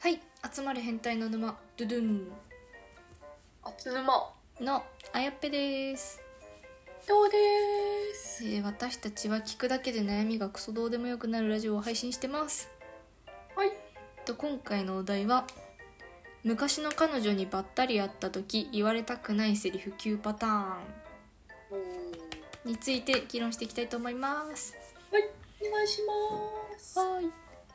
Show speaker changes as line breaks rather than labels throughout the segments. はい集まる変態の沼ドゥドゥン
あつぬま
のあやっぺです、
どうです
えー私たちは聞くだけで悩みがクソどうでもよくなるラジオを配信してます
はい
と今回のお題は昔の彼女にばったり会った時言われたくないセリフ9パター
おー
ンについて議論していきたいと思います
はいお願いします
はい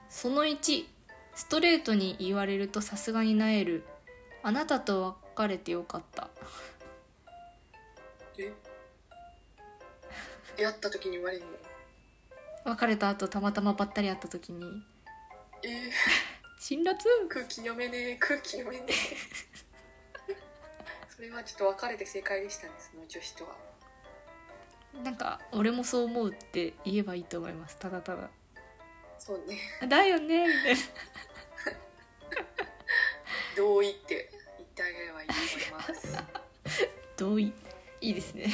その1ストレートに言われるとさすがになえるあなたと別れてよかった
え出会った時に言われるの
別れた後たまたまばったり会った時に
えー、
辛辣
空気読めねえ空気読めねえ それはちょっと別れて正解でしたねその女子とは
なんか俺もそう思うって言えばいいと思いますただただ
そうね
だよねみたいな
同意って言ってあげればいいと思います
同意いいですね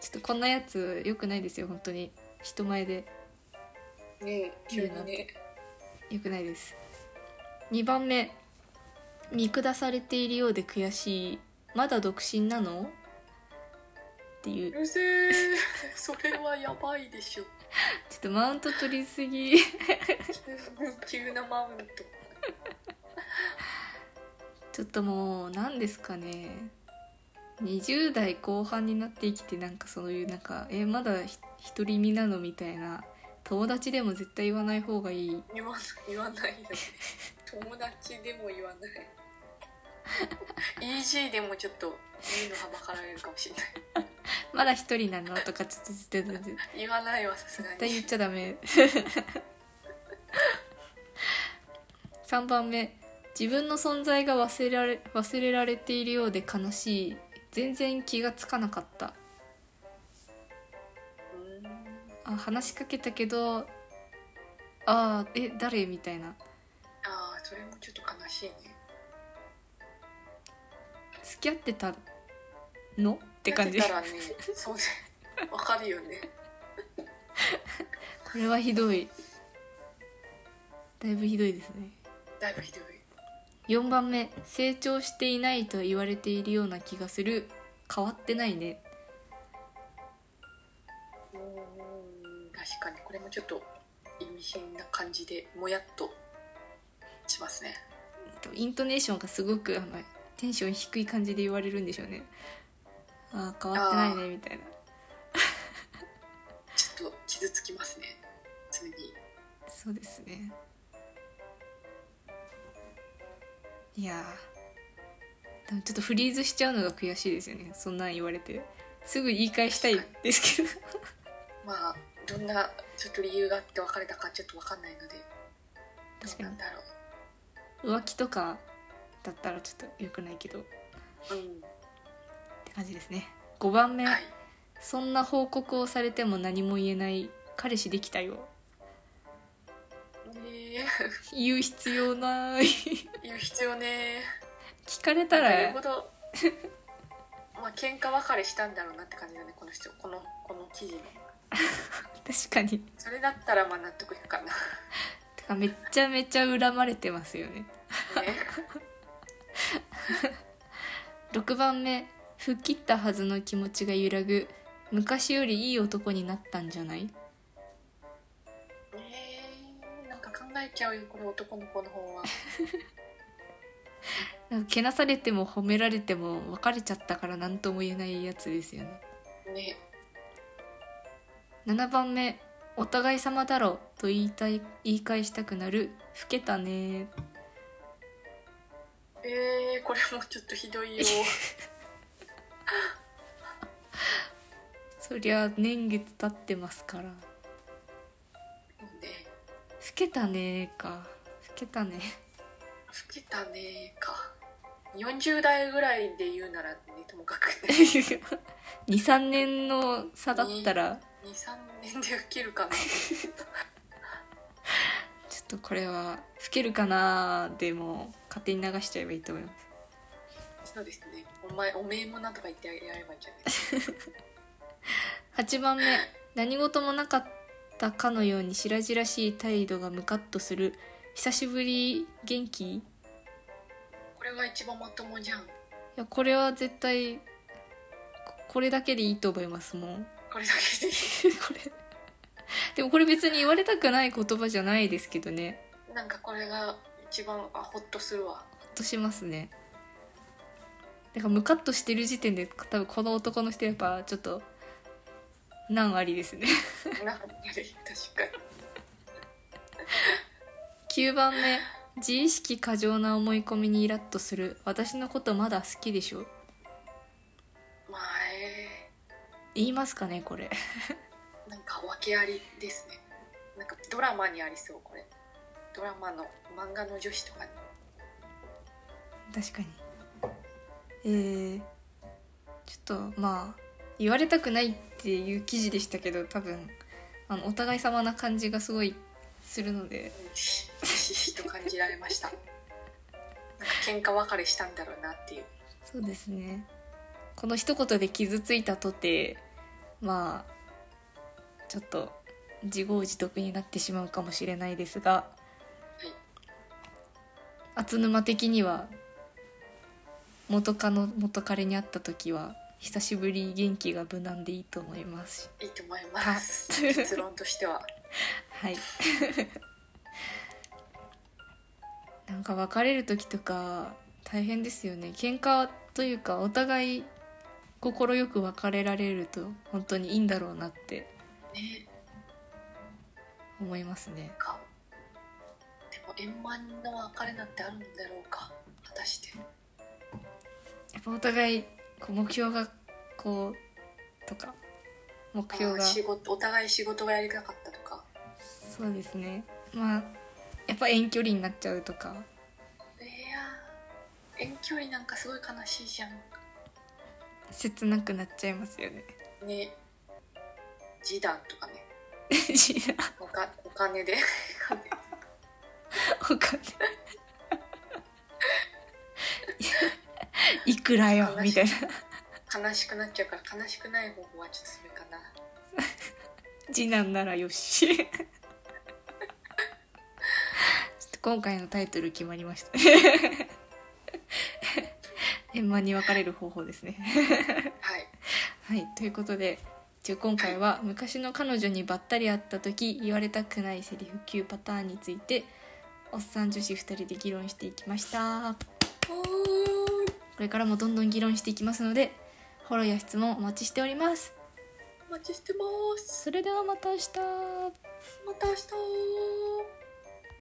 ちょっとこんなやつ良くないですよ本当に人前で
ねえ急にね
良くないです2番目見下されているようで悔しいまだ独身なのっていう
う
ちょ
るせえそれはやばいでしょ
っとマウント取りすぎち
急急なマウント
ょっともう何ですかね20代後半になってきてなんかそういうなんかえまだひ独り身なのみたいな友達でも絶対言わない方がいい
言わない言わないよね友達でも言わない EG でもちょっと言うのはばかられるかもしれない
まだ一人なのとかちょっと絶対絶対
言わないわさすが
絶対言
に
っちゃダメ 3番目自分の存在が忘れられ忘れられているようで悲しい全然気がつかなかった
うーん
あ話しかけたけどあーえ誰みたいな
ああそれもちょっと悲しいね
付き合ってたのって感じ
や
こ
ってたらねそうねわかるよね
れはひどいだいぶひどいですね
だいぶひどい
4番目成長していないと言われているような気がする変わってないね
うーん確かにこれもちょっと意味深な感じでもやっとしますね
イントネーションがすごくあのテンション低い感じで言われるんでしょうねああ変わってないねみたいな
ちょっと傷つきますね普通に
そうですねいやーでもちょっとフリーズしちゃうのが悔しいですよねそんなん言われてすぐ言い返したいですけど
まあどんなちょっと理由があって別れたかちょっと分かんないのでど
確
う
か
な
に
んだろ
浮気とかだったらちょっと良くないけどって
ううん
感じですね5番目、
はい
そんな報告をされても何も言えない彼氏できたよ
ね
言う必要ない
え言う必要ね
聞かれ
え
たら
なるほど まあ喧嘩別れしたんだろうなって感じだねこの人このこの記事の
確かに
それだったらまあ納得いくかな
てかめっちゃめちゃ恨まれてますよね
ね
6番目吹っ切ったはずの気持ちが揺らぐ昔よりいい男になったんじゃない
ねえなんか考えちゃうよこの男の子の方は
なんかけなされても褒められても別れちゃったから何とも言えないやつですよね
ね
7番目お互い様だろと言いたい言い返したくなる老けたね
ええーこれもちょっとひど いよ
そりゃ年月経ってますから老
もうね
けたねか老けたね
老けたねーか40代ぐらいで言うならねともかくね
23年の差だったら
23年で老けるかな
ちょっとこれは「老けるかな」でも勝手に流しちゃえばいいと思います
そうですねお前おめえもなんとか言ってやればいいんじゃない
8番目何事もなかったかのように白々しい態度がムカッとする久しぶり元気い
これが一番まともじゃん
やこれは絶対ここれだけでいいと思いますもう
これだけでい
これでもこれ別に言われたくない言葉じゃないですけどね
いなんかこれが一番あホッとするわ
ほっとしますねだからムカッとしてる時点で多分この男の人やっぱちょっと難ありですね
なんかやっぱり確かに
9番目自意識過剰な思い込みにイラッとする私のことまだ好きでしょ
まあえ
言いますかねこれ
ーなんか訳ありですねなんかドラマにありそうこれドラマの漫画の女子とかに
確かにえー、ちょっとまあ言われたくないっていう記事でしたけど多分あのお互い様な感じがすごいするので
うんひしひしと感じられましたなんか喧嘩別れしたんだろうなっていう
そうですねこの一言で傷ついたとてまあちょっと自業自得になってしまうかもしれないですが
はい
厚沼的には元カノ元彼に会った時は久しぶり元気が無難でいいと思いますし
いいと思います
はい
結論としては
はいなんか別れる時とか大変ですよね喧嘩というかお互い快く別れられると本当にいいんだろうなって
ね
思いますね
なんかでも円満の別れなんてあるんだろうか果たして
やっぱお互いこう目標がこうとか目標
あー
が
仕事お互い仕事がやりたかったとか
そうですねまあやっぱ遠距離になっちゃうとか
いやー遠距離なんかすごい悲しいじゃん
切なくなっちゃいますよね
ね示談とかね
知らん
おかお金で
お金いくらよみたいな
悲しくなっちゃうから悲しくない方法はちょっとそれかな
次男ならよしちょっと今回のタイトル決まりましたね円満に分かれる方法ですね
はい
はいということでじゃあ今回は昔の彼女にばったり会った時言われたくないセリフ9パターンについておっさん女子2人で議論していきましたこれからもどんどん議論していきますのでフォローや質問お待ちしております
お待ちしてます
それではまた明日
また明日